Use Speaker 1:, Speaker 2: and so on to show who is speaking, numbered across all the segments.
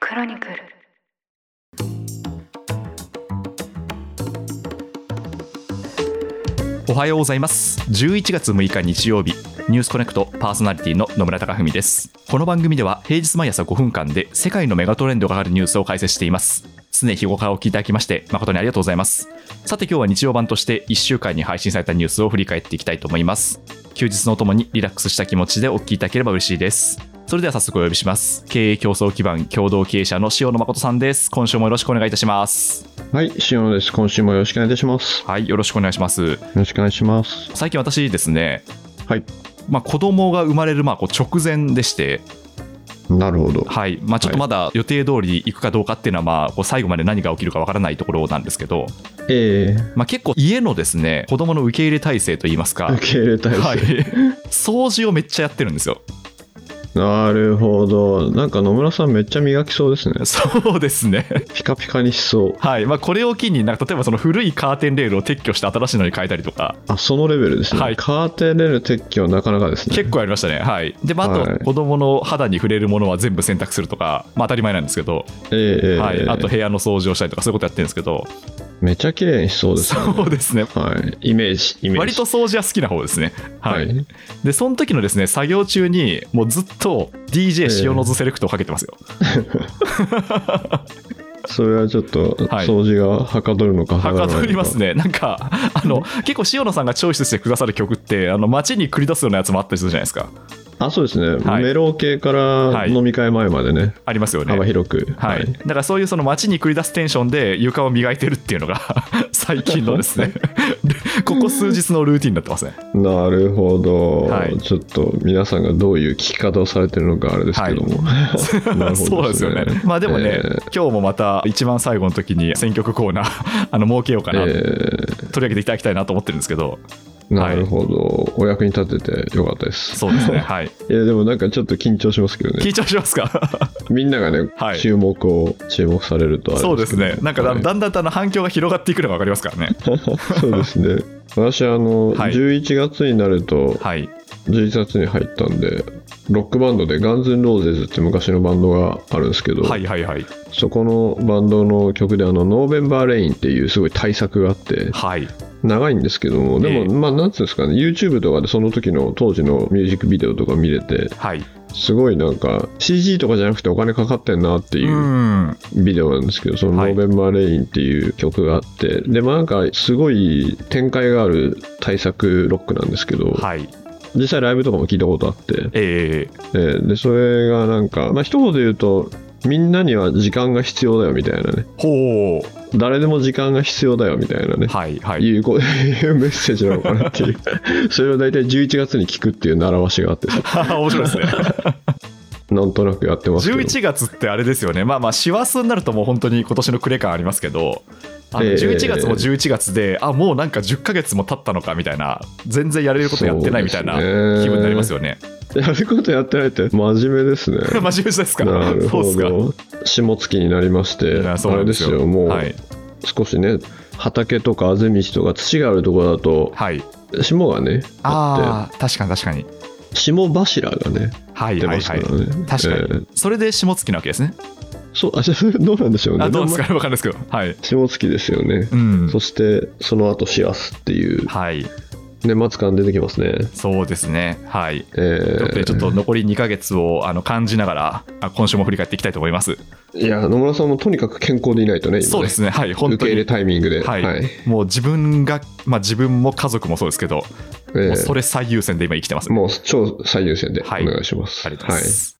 Speaker 1: クロニクル
Speaker 2: おはようございます11月6日日曜日ニュースコネクトパーソナリティの野村貴文ですこの番組では平日毎朝5分間で世界のメガトレンドがあるニュースを解説しています常日頃からお聞きいただきまして誠にありがとうございますさて今日は日曜版として1週間に配信されたニュースを振り返っていきたいと思います休日のともにリラックスした気持ちでお聞きいただければ嬉しいですそれでは早速お呼びします経営競争基盤共同経営者の塩野誠さんです今週もよろしくお願いいたします
Speaker 3: はい、塩野です。今週もよろしくお願いいたします。よ
Speaker 2: はいよろしくお願いします
Speaker 3: ろしくお願いします。
Speaker 2: 最近私ですね
Speaker 3: はい、
Speaker 2: まあ、子供が生まれるまあこう直前でして、
Speaker 3: なるほど。
Speaker 2: はいまあ、ちょっとまだ予定通り行くかどうかっていうのは、まあ、こう最後まで何が起きるかわからないところなんですけど、
Speaker 3: え
Speaker 2: まあ、結構家のですね子供の受け入れ体制といいますか、
Speaker 3: え受け入れたいです。
Speaker 2: はい、掃除をめっちゃやってるんですよ。
Speaker 3: なるほど。なんか野村さんめっちゃ磨きそうですね。
Speaker 2: そうですね、
Speaker 3: ピカピカにしそう。
Speaker 2: はいまあ、これを機になんか例えばその古いカーテンレールを撤去して新しいのに変えたりとか
Speaker 3: あ、そのレベルですね。
Speaker 2: はい
Speaker 3: カーテンレール撤去なかなかですね。
Speaker 2: 結構やりましたね、はい、で、まあ、あ
Speaker 3: はい
Speaker 2: と子供の肌に触れるものは全部洗濯するとか、まあ、当たり前なんですけど、
Speaker 3: ええええ
Speaker 2: はい、あと部屋の掃除をしたりとかそういうことやってるんですけど
Speaker 3: めちゃ綺麗にしそうですね。
Speaker 2: そうですね
Speaker 3: はい、イメージ、イメージ。
Speaker 2: 割と掃除は好きな方ですね。は。
Speaker 3: はいい。
Speaker 2: で、その時のですね、作業中に、もうずっと DJ 塩のずセレクトをかけてますよ。
Speaker 3: それはちょっと
Speaker 2: はい
Speaker 3: 掃除がはかどるのか
Speaker 2: は
Speaker 3: ら
Speaker 2: か
Speaker 3: ないの
Speaker 2: ど
Speaker 3: か
Speaker 2: りますね。なんか、あの、結構塩野さんがチョイスしてくださる曲って、あの、街に繰り出すようなやつもあったりするじゃないですか。
Speaker 3: あそうですね、
Speaker 2: はい
Speaker 3: メロ系か
Speaker 2: は
Speaker 3: ら
Speaker 2: い
Speaker 3: 飲み会前までね、
Speaker 2: ありますよね。
Speaker 3: 幅広く、
Speaker 2: はい。だからそういうその街に繰り出すテンションで床を磨いてるっていうのが、 最近のですね、でここ数日のルーティンになってますね。
Speaker 3: なるほど、
Speaker 2: はい
Speaker 3: ちょっと皆さんがどういう聞き方をされてるのかあれですけども、な るほど
Speaker 2: そうですよね。まあでもね、
Speaker 3: え
Speaker 2: 今日もまた一番最後の時に選曲コーナー、 あの、設けようか
Speaker 3: え
Speaker 2: なと
Speaker 3: ー
Speaker 2: 取り上げていただきたいなと思ってるんですけど、
Speaker 3: なるほど、お役に立ててよかったです
Speaker 2: そう ですね、はい。
Speaker 3: いやでもなんかちょっと緊張しますけどね
Speaker 2: 緊張しますか
Speaker 3: みんながね、
Speaker 2: はい
Speaker 3: 注目を注目されるとあれ
Speaker 2: そうですね、なんかだ
Speaker 3: はい
Speaker 2: だんだんとあの反響が広がっていくのが分かりますからね。
Speaker 3: そうですね私あの、
Speaker 2: はい
Speaker 3: 11月になると
Speaker 2: はい、
Speaker 3: 11月に入ったんでロックバンドでガンズンローゼズって昔のバンドがあるんですけど、
Speaker 2: はい、はい、はい。
Speaker 3: そこのバンドの曲であの「ノーベンバー・レイン」っていうすごい大作があって
Speaker 2: はい、
Speaker 3: 長いんですけどもで
Speaker 2: ええ
Speaker 3: もまあなんていうんですかね YouTube とかでその時の当時のミュージックビデオとか見れて
Speaker 2: はい。
Speaker 3: すごいなんか CG とかじゃなくてお金かかってんなって
Speaker 2: う、
Speaker 3: いうんビデオなんですけどその「
Speaker 2: は
Speaker 3: ノ
Speaker 2: い
Speaker 3: ーベンバー・レイン」っていう曲があってでもなんかすごい展開がある大作ロックなんですけど
Speaker 2: はい。
Speaker 3: 実際ライブとかも聞いたことあって
Speaker 2: え
Speaker 3: えーでそれがなんかまあ一言で言うとみんなには時間が必要だよみたいなね
Speaker 2: ー、ほう、
Speaker 3: 誰でも時間が必要だよみたいなね、、
Speaker 2: はい、はいい。
Speaker 3: うこう いうメッセージなのかなっていう それを大体11月に聞くっていう習わしがあってさ
Speaker 2: 面白いですね。
Speaker 3: なんとなくやってますけど
Speaker 2: 11月ってあれですよね、まあまあ、師走になるともう本当に今年の暮れ感ありますけど、あの
Speaker 3: ええ
Speaker 2: 11月も11月で、あもうなんか10ヶ月も経ったのかみたいな、全然やれることやってないみたいな
Speaker 3: そう
Speaker 2: 気
Speaker 3: ですね
Speaker 2: 分になりますよね。
Speaker 3: やることやってないって真面目ですね
Speaker 2: 真面目ですか
Speaker 3: なる
Speaker 2: そう
Speaker 3: ほ
Speaker 2: ですか。
Speaker 3: ど下月になりまして
Speaker 2: いやそう
Speaker 3: あ
Speaker 2: なんで
Speaker 3: れですす
Speaker 2: よ
Speaker 3: よもう
Speaker 2: はい、
Speaker 3: 少しね畑とかあぜ道とか土があるところだと
Speaker 2: はい、
Speaker 3: 霜がねあ
Speaker 2: ああ、確かに確かに。
Speaker 3: って霜柱がね
Speaker 2: はい
Speaker 3: 出
Speaker 2: は
Speaker 3: ま
Speaker 2: い
Speaker 3: す
Speaker 2: は
Speaker 3: か
Speaker 2: い。
Speaker 3: ら
Speaker 2: 確
Speaker 3: ね、
Speaker 2: かに、
Speaker 3: えー
Speaker 2: それで下月なわけですね。
Speaker 3: そうあじゃあどうなんでしょうね
Speaker 2: あどうですかね、分かんないですけど。はい。
Speaker 3: 下月ですよね
Speaker 2: うん
Speaker 3: そ。してその後シアスっていう
Speaker 2: はい。
Speaker 3: 年末感出てきますね。
Speaker 2: そうですね。はい。
Speaker 3: えー
Speaker 2: ということでちょっと残り2ヶ月をあの感じながら、あ今週も振り返っていきたいと思います。
Speaker 3: いや野村さんもとにかく健康でいないとね今ね
Speaker 2: そうですね。はい。本
Speaker 3: 受
Speaker 2: 当
Speaker 3: け入れ
Speaker 2: に。
Speaker 3: タイミングで、
Speaker 2: は、
Speaker 3: はいい
Speaker 2: もう自分が、まあ、自分も家族もそうですけど、
Speaker 3: えー
Speaker 2: もうそれ最優先で今生きてます。
Speaker 3: もう超最優先でお
Speaker 2: はい
Speaker 3: 願いします。
Speaker 2: ありがとうございます。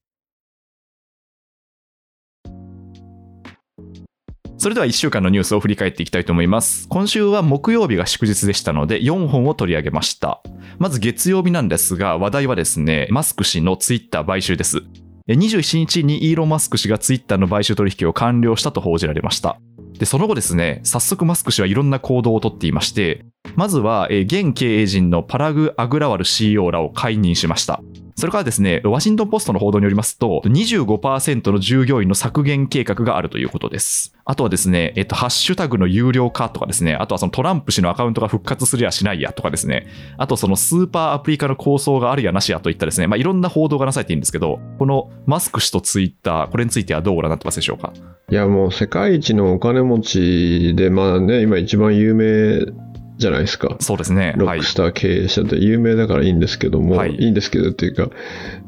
Speaker 2: それでは1週間のニュースを振り返っていきたいと思います。今週は木曜日が祝日でしたので4本を取り上げました。まず月曜日なんですが話題はですね、マスク氏のツイッター買収です。え27日にイーロン・マスク氏がツイッターの買収取引を完了したと報じられました。で、その後ですね、早速マスク氏はいろんな行動をとっていまして、まずは、えー現経営陣のパラグ・アグラワル CEO らを解任しました。それからですね、ワシントンポストの報道によりますと、25%の従業員の削減計画があるということです。あとはですね、えっと、ハッシュタグの有料化とかですね、あとはそのトランプ氏のアカウントが復活するやしないやとかですね、あとそのスーパーアプリ化の構想があるやなしやといったですね、まあ、いろんな報道がなされているんですけど、このマスク氏とツイッター、これについてはどうご覧になってますでしょうか。
Speaker 3: いやもう世界一のお金持ちで、まあね、今一番有名じゃないですか。
Speaker 2: そうですね。
Speaker 3: ロックスター経営者で有名だからいいんですけども、
Speaker 2: はい
Speaker 3: い、いんですけどっていうか、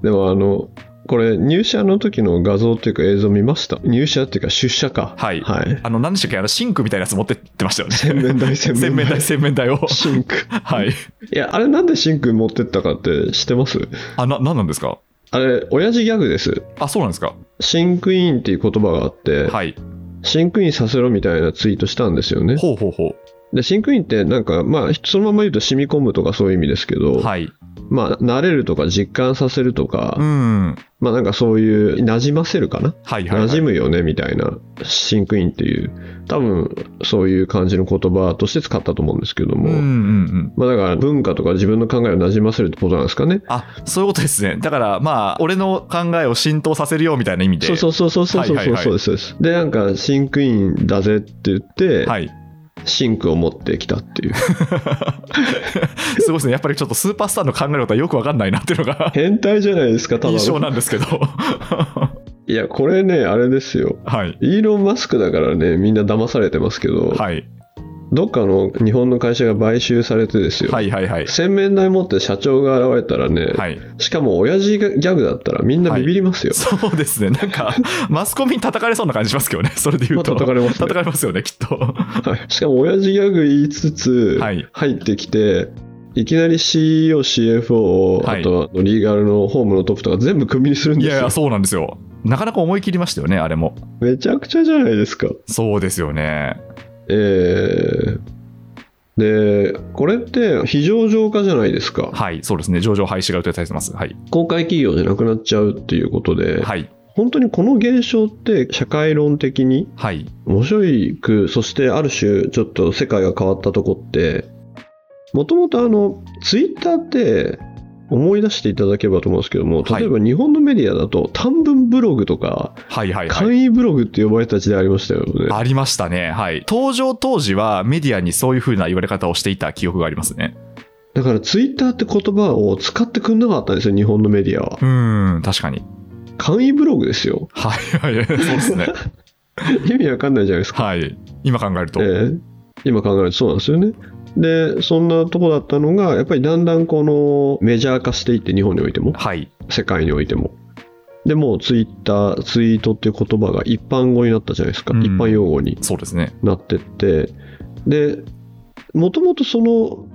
Speaker 3: でもあの、これ入社の時の画像っていうか映像見ました入社っていうか出社か。
Speaker 2: はい
Speaker 3: はい。
Speaker 2: あの、何でしたっけあの、シンクみたいなやつ持ってってましたよね。
Speaker 3: 洗面台洗
Speaker 2: 洗
Speaker 3: 面
Speaker 2: 面
Speaker 3: 台
Speaker 2: 台、。洗面台を。
Speaker 3: シンク。
Speaker 2: はい。
Speaker 3: いや、あれなんでシンク持ってったかって知ってます
Speaker 2: あ、な、何なんですか
Speaker 3: あれ、親父ギャグです。
Speaker 2: あ、そうなんですか
Speaker 3: シンクインっていう言葉があって、
Speaker 2: はい。
Speaker 3: シンクインさせろみたいなツイートしたんですよね。
Speaker 2: ほうほうほ
Speaker 3: で、シンクインってなんか、まあ、そのまま言うと染み込むとかそういう意味ですけど、
Speaker 2: う。はい。
Speaker 3: まあ、慣れるとか実感させるとか、
Speaker 2: うん。はい
Speaker 3: まあなんかそういう、馴染ませるかな、
Speaker 2: はい、
Speaker 3: 馴
Speaker 2: はい
Speaker 3: 染。むよねみたいな、シンクインっていう、多分そういう感じの言葉として使ったと思うんですけど
Speaker 2: う
Speaker 3: も、
Speaker 2: んうんうん。
Speaker 3: まあだから文化とか自分の考えを馴染ませるってことなんですかね。
Speaker 2: あ、そういうことですね。だから、まあ、俺の考えを浸透させるよみたいな意味で。
Speaker 3: そうそうそうそうそうそう
Speaker 2: はいはいはい
Speaker 3: そうですそうです。で、なんか、シンクインだぜって言って、
Speaker 2: はい。
Speaker 3: シンクを持ってきたっていう。
Speaker 2: すごいですね。やっぱりちょっとスーパースターの考えることはよくわかんないなっていうの が
Speaker 3: 変態じゃないですか、ただ
Speaker 2: 印象
Speaker 3: の。
Speaker 2: なんですけど。
Speaker 3: いや、これね、あれですよ。
Speaker 2: はい。
Speaker 3: イーロン・マスクだからね、みんな騙されてますけど、
Speaker 2: はい。
Speaker 3: どっかの日本の会社が買収されてですよ、
Speaker 2: はいはいはい。
Speaker 3: 洗面台持って社長が現れたらね、
Speaker 2: はい。
Speaker 3: しかも親父がギャグだったらみんなビビりますよ。
Speaker 2: そうですね。なんか、マスコミに叩かれそうな感じしますけどね。それで言うと。
Speaker 3: まあ叩かれますね
Speaker 2: 叩かれますよね、きっ と。
Speaker 3: はいしかも親父ギャグ言いつつ
Speaker 2: はい
Speaker 3: 入ってきて、い、きなり CEO、CFO を、
Speaker 2: はい
Speaker 3: あとはあのリーガルのホームのトップとか全部クビにするん
Speaker 2: い
Speaker 3: です
Speaker 2: やい
Speaker 3: よ
Speaker 2: や、。そうなんですよ。なかなか思い切りましたよね、あれも。
Speaker 3: めちゃくちゃじゃないですか。
Speaker 2: そうですよね。
Speaker 3: えーでこれって非常上化じゃないですか
Speaker 2: はい、そうですね。上場廃止が予定されてます。はい。
Speaker 3: 公開企業じゃなくなっちゃうっていうことで、
Speaker 2: はい。
Speaker 3: 本当にこの現象って社会論的に
Speaker 2: はい。
Speaker 3: 面白くそしてある種ちょっと世界が変わったとこってもともとあのツイッターって思い出していただければと思うんですけども
Speaker 2: はい
Speaker 3: 例えば日本のメディアだと短文ブログとか
Speaker 2: はいはいはい。
Speaker 3: 簡易ブログって呼ばれた時代ありましたよね、
Speaker 2: ありましたね。はい。登場当時はメディアにそういう風な言われ方をしていた記憶がありますね。
Speaker 3: だからツイッターって言葉を使ってくんなかったんですよ日本のメディアは
Speaker 2: うーん、確かに。
Speaker 3: 簡易ブログで すよ
Speaker 2: はいはい。そうです ね。
Speaker 3: 意味わかんないじゃないですか、
Speaker 2: はい。今考えると。
Speaker 3: ええ今考えるとそうなんですよねでそんなとこだったのがやっぱりだんだんこのメジャー化していって日本においても
Speaker 2: はい。
Speaker 3: 世界においてもでもうツイッターツイートっていう言葉が一般語になったじゃないですか、
Speaker 2: うん
Speaker 3: 一般用語に
Speaker 2: そうですね。
Speaker 3: なってってでもともとその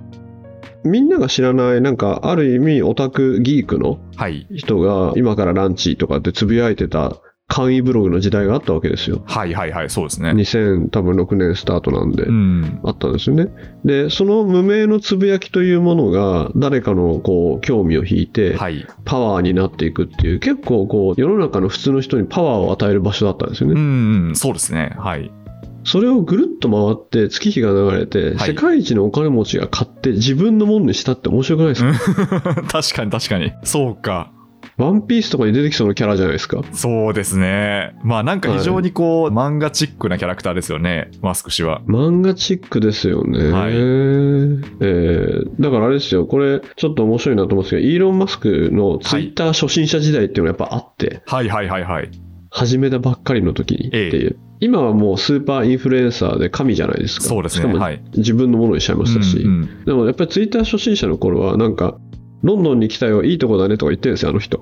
Speaker 3: みんなが知らないなんかある意味オタクギークの
Speaker 2: はい。
Speaker 3: 人が今からランチとかってつぶやいてた簡易ブログの時代があったわけですよ
Speaker 2: はいはいはい。そうですね。
Speaker 3: 2006年スタートなんで、
Speaker 2: うん。
Speaker 3: あったんですよねでその無名のつぶやきというものが誰かのこう興味を引いて
Speaker 2: はい。
Speaker 3: パワーになっていくっていう結構こう世の中の普通の人にパワーを与える場所だったんですよ
Speaker 2: う
Speaker 3: ね、
Speaker 2: ん、うん、そうですね。はい。
Speaker 3: それをぐるっと回って月日が流れ
Speaker 2: は
Speaker 3: て、
Speaker 2: い
Speaker 3: 世界一のお金持ちが買って自分のものにしたって面白くないですか、
Speaker 2: 確かに確かに。そうか。
Speaker 3: ワンピースとかに出てきそうなキャラじゃないですか
Speaker 2: そうですね。まあなんか非常にこう、漫画チックなキャラクターですよね。マスク氏は。
Speaker 3: 漫画チックですよね、
Speaker 2: はい
Speaker 3: えーだからあれですよこれちょっと面白いなと思うんですけどイーロン・マスクのツイッター初心者時代っていうのがやっぱあって、
Speaker 2: はいはいはいはい。
Speaker 3: 始めたばっかりの時にって
Speaker 2: ええ
Speaker 3: いう、今はもうスーパーインフルエンサーで神じゃないですか
Speaker 2: そうです
Speaker 3: し
Speaker 2: ね。
Speaker 3: かも
Speaker 2: はい。
Speaker 3: 自分のものにしちゃいましたし、
Speaker 2: うんうん
Speaker 3: でもやっぱりツイッター初心者の頃はなんかロンドンに来たよいいとこだねとか言ってるんですよあ の人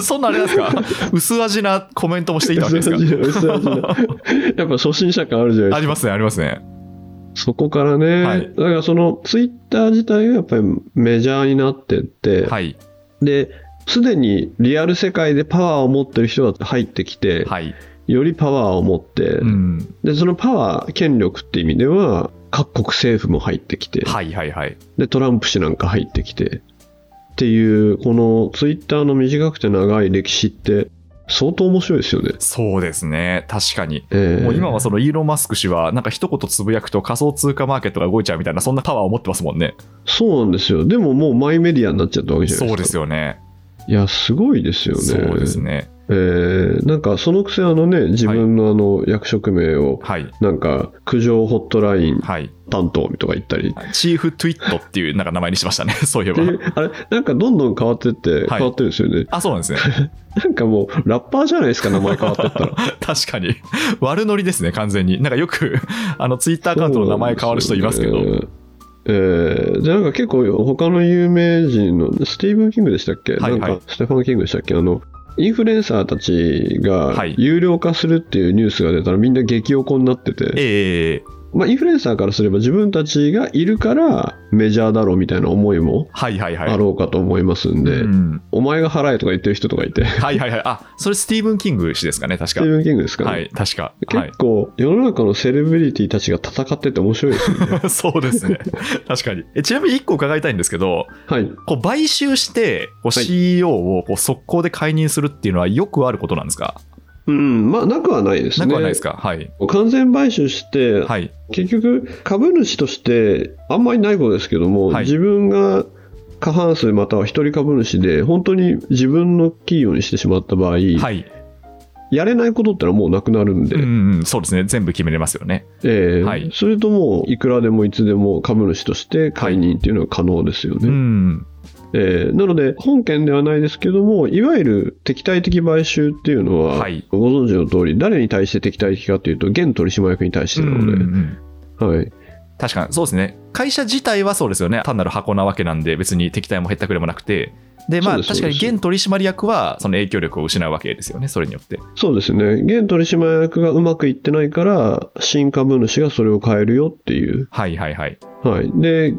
Speaker 2: そんなあれなんですか 薄味なコメントもしていたわけですか
Speaker 3: 薄 味な薄味なやっぱ初心者感あるじゃな
Speaker 2: あ
Speaker 3: い
Speaker 2: り
Speaker 3: ですか
Speaker 2: ますね、ありますね。
Speaker 3: そこからね、
Speaker 2: はい
Speaker 3: だからそのツイッター自体がやっぱりメジャーになってって、
Speaker 2: はい。
Speaker 3: ですでにリアル世界でパワーを持ってる人が入ってきて、
Speaker 2: はい。
Speaker 3: よりパワーを持って、
Speaker 2: うん。
Speaker 3: でそのパワー権力って意味では各国政府も入ってきて
Speaker 2: はいはいはい。
Speaker 3: でトランプ氏なんか入ってきてっていうこのツイッターの短くて長い歴史って相当面白いですよね。
Speaker 2: そうですね。確かに。
Speaker 3: えー
Speaker 2: もう今はそのイーロン・マスク氏は、なんか一言つぶやくと仮想通貨マーケットが動いちゃうみたいな、そんなパワーを持ってますもんね。
Speaker 3: そうなんですよでももうマイメディアになっちゃったわけじゃないですか
Speaker 2: そうですよね。
Speaker 3: いや、すごいですよね。
Speaker 2: そうですね。
Speaker 3: えーなんかそのくせあのね自分のあの役職名を
Speaker 2: はい。
Speaker 3: なんか苦情ホットライン
Speaker 2: はい。
Speaker 3: 担当とか言ったり、
Speaker 2: チーフトゥイットっていうなんか名前にしましたね。 そういえば。
Speaker 3: であれなんかどんどん変わってって
Speaker 2: はい
Speaker 3: 変わってるんですよね、
Speaker 2: あ、そうなんですね。
Speaker 3: なんかもうラッパーじゃないですか名前変わってったら
Speaker 2: 確かに。悪ノリですね、完全に。なんかよく、 あの、ツイッターアカウントの名前変わる人いますけ
Speaker 3: そうなん
Speaker 2: ど。
Speaker 3: ですよねえーでなんか結構他の有名人のスティーブン・キングでしたっけ、
Speaker 2: はいはい
Speaker 3: なんかステファン・キングでしたっけあのインフルエンサーたちが
Speaker 2: はい
Speaker 3: 有料化するっていうニュースが出たらみんな激おこになってて、
Speaker 2: ええ
Speaker 3: まあ、インフルエンサーからすれば自分たちがいるからメジャーだろうみたいな思いも
Speaker 2: はいはいはい。
Speaker 3: あろうかと思いますんで、
Speaker 2: うん
Speaker 3: お前が払えとか言ってる人とかいて、ス
Speaker 2: はいはいはい。あ、それスティーブン・キング氏ですかね、確
Speaker 3: テ
Speaker 2: か
Speaker 3: ィ。ーブン・キングですかね。
Speaker 2: はい、確か。はい
Speaker 3: 結。構、世の中のセレブリティたちが戦ってて面白いですよ ね。
Speaker 2: そうですね。確かに。えちなみに1個伺いたいんですけど、
Speaker 3: はい。
Speaker 2: こう買収して、こう
Speaker 3: はい
Speaker 2: CEO をこう速攻で解任するっていうのはよくあることなんですか
Speaker 3: うん、まあ、なくはないですね。
Speaker 2: なくはないですかはい。
Speaker 3: 完全買収して、
Speaker 2: はい。
Speaker 3: 結局、株主としてあんまりないことですけども、
Speaker 2: はい
Speaker 3: 自分が過半数または一人株主で、本当に自分の企業にしてしまった場合、
Speaker 2: はい。
Speaker 3: やれないことってのはもうなくなるんで、
Speaker 2: うんうん、そうですね。全部決めれますよね。
Speaker 3: ええ
Speaker 2: はい
Speaker 3: それともういくらでもいつでも株主として解任っていうのは可能ですよね、
Speaker 2: うん。
Speaker 3: ええなので本件ではないですけどもいわゆる敵対的買収っていうのは、
Speaker 2: はい
Speaker 3: ご存知の通り誰に対して敵対的かというと現取締役に対して
Speaker 2: うん
Speaker 3: な
Speaker 2: うんう
Speaker 3: ので、
Speaker 2: ん
Speaker 3: はい、
Speaker 2: 確かにそうですね会社自体はそうですよね単なる箱なわけなんで別に敵対も減ったくれもなくてでまあ
Speaker 3: そうです
Speaker 2: 確かに
Speaker 3: そうです
Speaker 2: 現取締役はその影響力を失うわけですよねそれによって
Speaker 3: そうですね現取締役がうまくいってないから新株主がそれを変えるよっていう、
Speaker 2: はいはいはい
Speaker 3: はい、で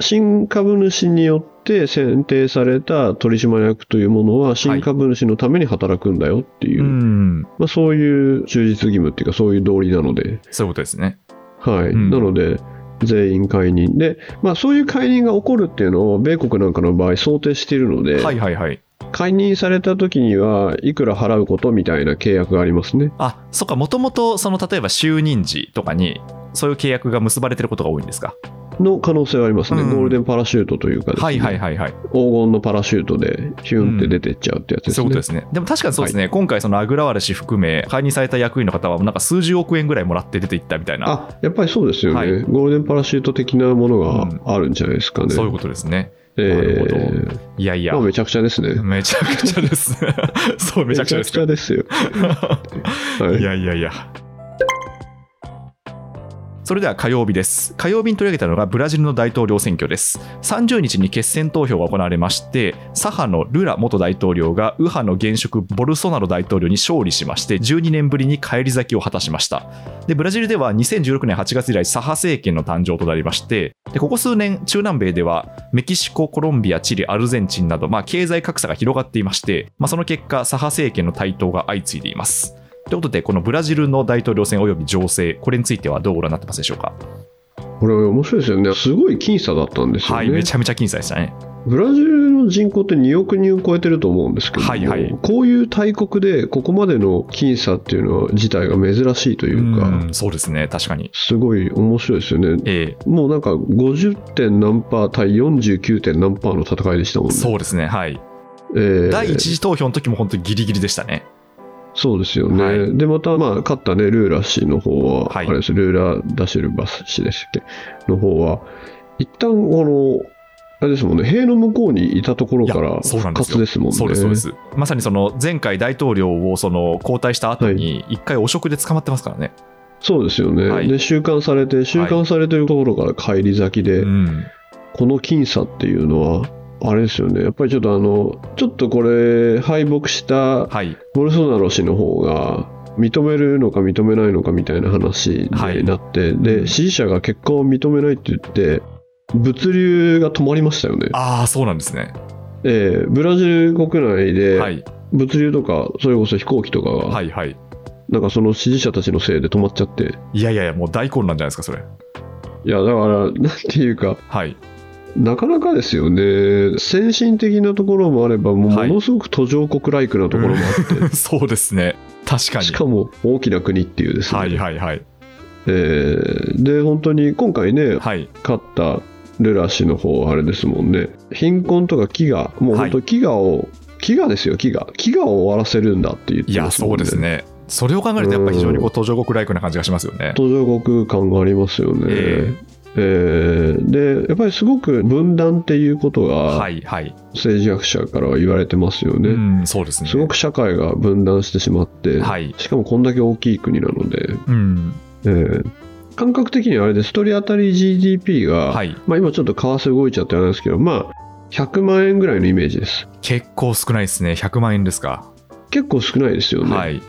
Speaker 3: 新株主によって選定された取締役というものは新株主のために働くんだよっていうう、
Speaker 2: ん
Speaker 3: まあ、そういう忠実義務っていうかそういう道理なので、
Speaker 2: そういうことですね
Speaker 3: はい
Speaker 2: うん
Speaker 3: なので全員解任で、まあ、そういう解任が起こるっていうのを米国なんかの場合想定しているので、
Speaker 2: はいはいはい
Speaker 3: 解任された時にはいくら払うことみたいな契約がありますね
Speaker 2: あそっかもともとその例えば就任時とかにそういう契約が結ばれてることが多いんですか
Speaker 3: の可能性はありますね、
Speaker 2: うん
Speaker 3: ゴールデンパラシュートというかですね
Speaker 2: はいはいはいはい
Speaker 3: 黄金のパラシュートでヒュンって出てっちゃうってやつです
Speaker 2: そういう
Speaker 3: ね、
Speaker 2: ことですねでも確かにそうですね、今回そのアグラワル氏含め解任された役員の方はなんか数十億円ぐらいもらって出ていったみたいな
Speaker 3: あやっぱりそうですよね、
Speaker 2: はい
Speaker 3: ゴールデンパラシュート的なものがあるんじゃないですかね、
Speaker 2: そういうことですね
Speaker 3: え
Speaker 2: なる
Speaker 3: ー
Speaker 2: いやいや
Speaker 3: まあ、めちゃくちゃですね
Speaker 2: めちゃくちゃです。 そう、めちゃくちゃですか。
Speaker 3: で すよ。はいい、
Speaker 2: やいやいや。それでは火曜日です。火曜日に取り上げたのがブラジルの大統領選挙です。30日に決選投票が行われまして、左派のルラ元大統領が右派の現職ボルソナロ大統領に勝利しまして、12年ぶりに返り咲きを果たしました。で、ブラジルでは2016年8月以来左派政権の誕生となりまして、でここ数年、中南米ではメキシコ、コロンビア、チリ、アルゼンチンなど、まあ、経済格差が広がっていまして、まあ、その結果、左派政権の台頭が相次いでいます。ということで、このブラジルの大統領選及び情勢、これについてはどうご覧になってますでしょうか。
Speaker 3: これ面白いですよね。すごい僅差だったんですよ
Speaker 2: は
Speaker 3: ね。
Speaker 2: い、めちゃめちゃ僅差でしたね。
Speaker 3: ブラジルの人口って2億人を超えてると思うんですけども、
Speaker 2: はいはい
Speaker 3: こういう大国でここまでの僅差っていうのは自体が珍しいというか、
Speaker 2: うん、そうですね、確かに。
Speaker 3: すごい面白いですよね。
Speaker 2: え
Speaker 3: もうなんか50点何パー対49点何パーの戦いでしたもん
Speaker 2: ー、
Speaker 3: ね。
Speaker 2: そうですね、はい。
Speaker 3: えー
Speaker 2: 第一次投票の時も本当にギリギリでしたね。
Speaker 3: そうですよね。
Speaker 2: はい
Speaker 3: で、また、まあ、勝ったね、ルーラ氏の方は、
Speaker 2: はい
Speaker 3: あれです、ルーラ・ダシルバス氏でしたっけ、の方は、一旦この、あれですもんね、塀の向こうにいたところから
Speaker 2: そうな
Speaker 3: 復
Speaker 2: んですよ
Speaker 3: 活ですもんね。
Speaker 2: そうです、そうです。まさにその前回大統領をその交代した後に、一回汚職で捕まってますからね。
Speaker 3: そうですよね。
Speaker 2: はい
Speaker 3: で、収監されて、収監されてるところから返り咲きで、
Speaker 2: うん、
Speaker 3: この僅差っていうのは、あれですよね、やっぱりちょっとあの、ちょっとこれ、敗北した
Speaker 2: はい、
Speaker 3: ボルソナロ氏の方が認めるのか認めないのかみたいな話になって、で支持者が結婚を認めないって言って物流が止まりましたよね、
Speaker 2: ああ、そうなんですね。
Speaker 3: ええブラジル国内
Speaker 2: は
Speaker 3: で
Speaker 2: い、
Speaker 3: 物流とかそれこそ飛行機とかが、
Speaker 2: はい、はい。
Speaker 3: なんかその支持者たちのせいで止まっちゃって
Speaker 2: いやいやいや、もう大混乱じゃないですか、それ。
Speaker 3: いやだから なんていうか
Speaker 2: はい、
Speaker 3: なかなかですよね先進的なところもあればもう
Speaker 2: は
Speaker 3: も
Speaker 2: い
Speaker 3: のすごく途上国ライクなところもあって、
Speaker 2: そうですね。確かに。
Speaker 3: しかも大きな国っていうですね、
Speaker 2: はい、はい、はい。
Speaker 3: ええで本当に今回ね
Speaker 2: はい、
Speaker 3: 勝ったルラ氏の方はあれですもんね貧困とか飢餓もう本当飢餓を飢餓ですよ飢餓飢餓を終わらせるんだって言って
Speaker 2: いや、
Speaker 3: ます
Speaker 2: そ
Speaker 3: もん
Speaker 2: うですね。それを考えると、やっぱり非常にこう途上国ライクな感じがしますよね。
Speaker 3: 途上国感がありますよね、
Speaker 2: え
Speaker 3: えーでやっぱりすごく分断っていうこと
Speaker 2: は
Speaker 3: が
Speaker 2: いはい。
Speaker 3: 政治学者からは言われてますよね、
Speaker 2: うん、そうですね。
Speaker 3: すごく社会が分断してしまって、
Speaker 2: はい。
Speaker 3: しかもこんだけ大きい国なので、
Speaker 2: うん。
Speaker 3: えー感覚的にはあれで1人当たり GDP が、
Speaker 2: はい。
Speaker 3: まあ、今ちょっと為替動いちゃってあれなんですけどまあ100万円ぐらいのイメージです
Speaker 2: 結構少ないですね。100万円ですか。
Speaker 3: 結構少ないですよね、
Speaker 2: はい。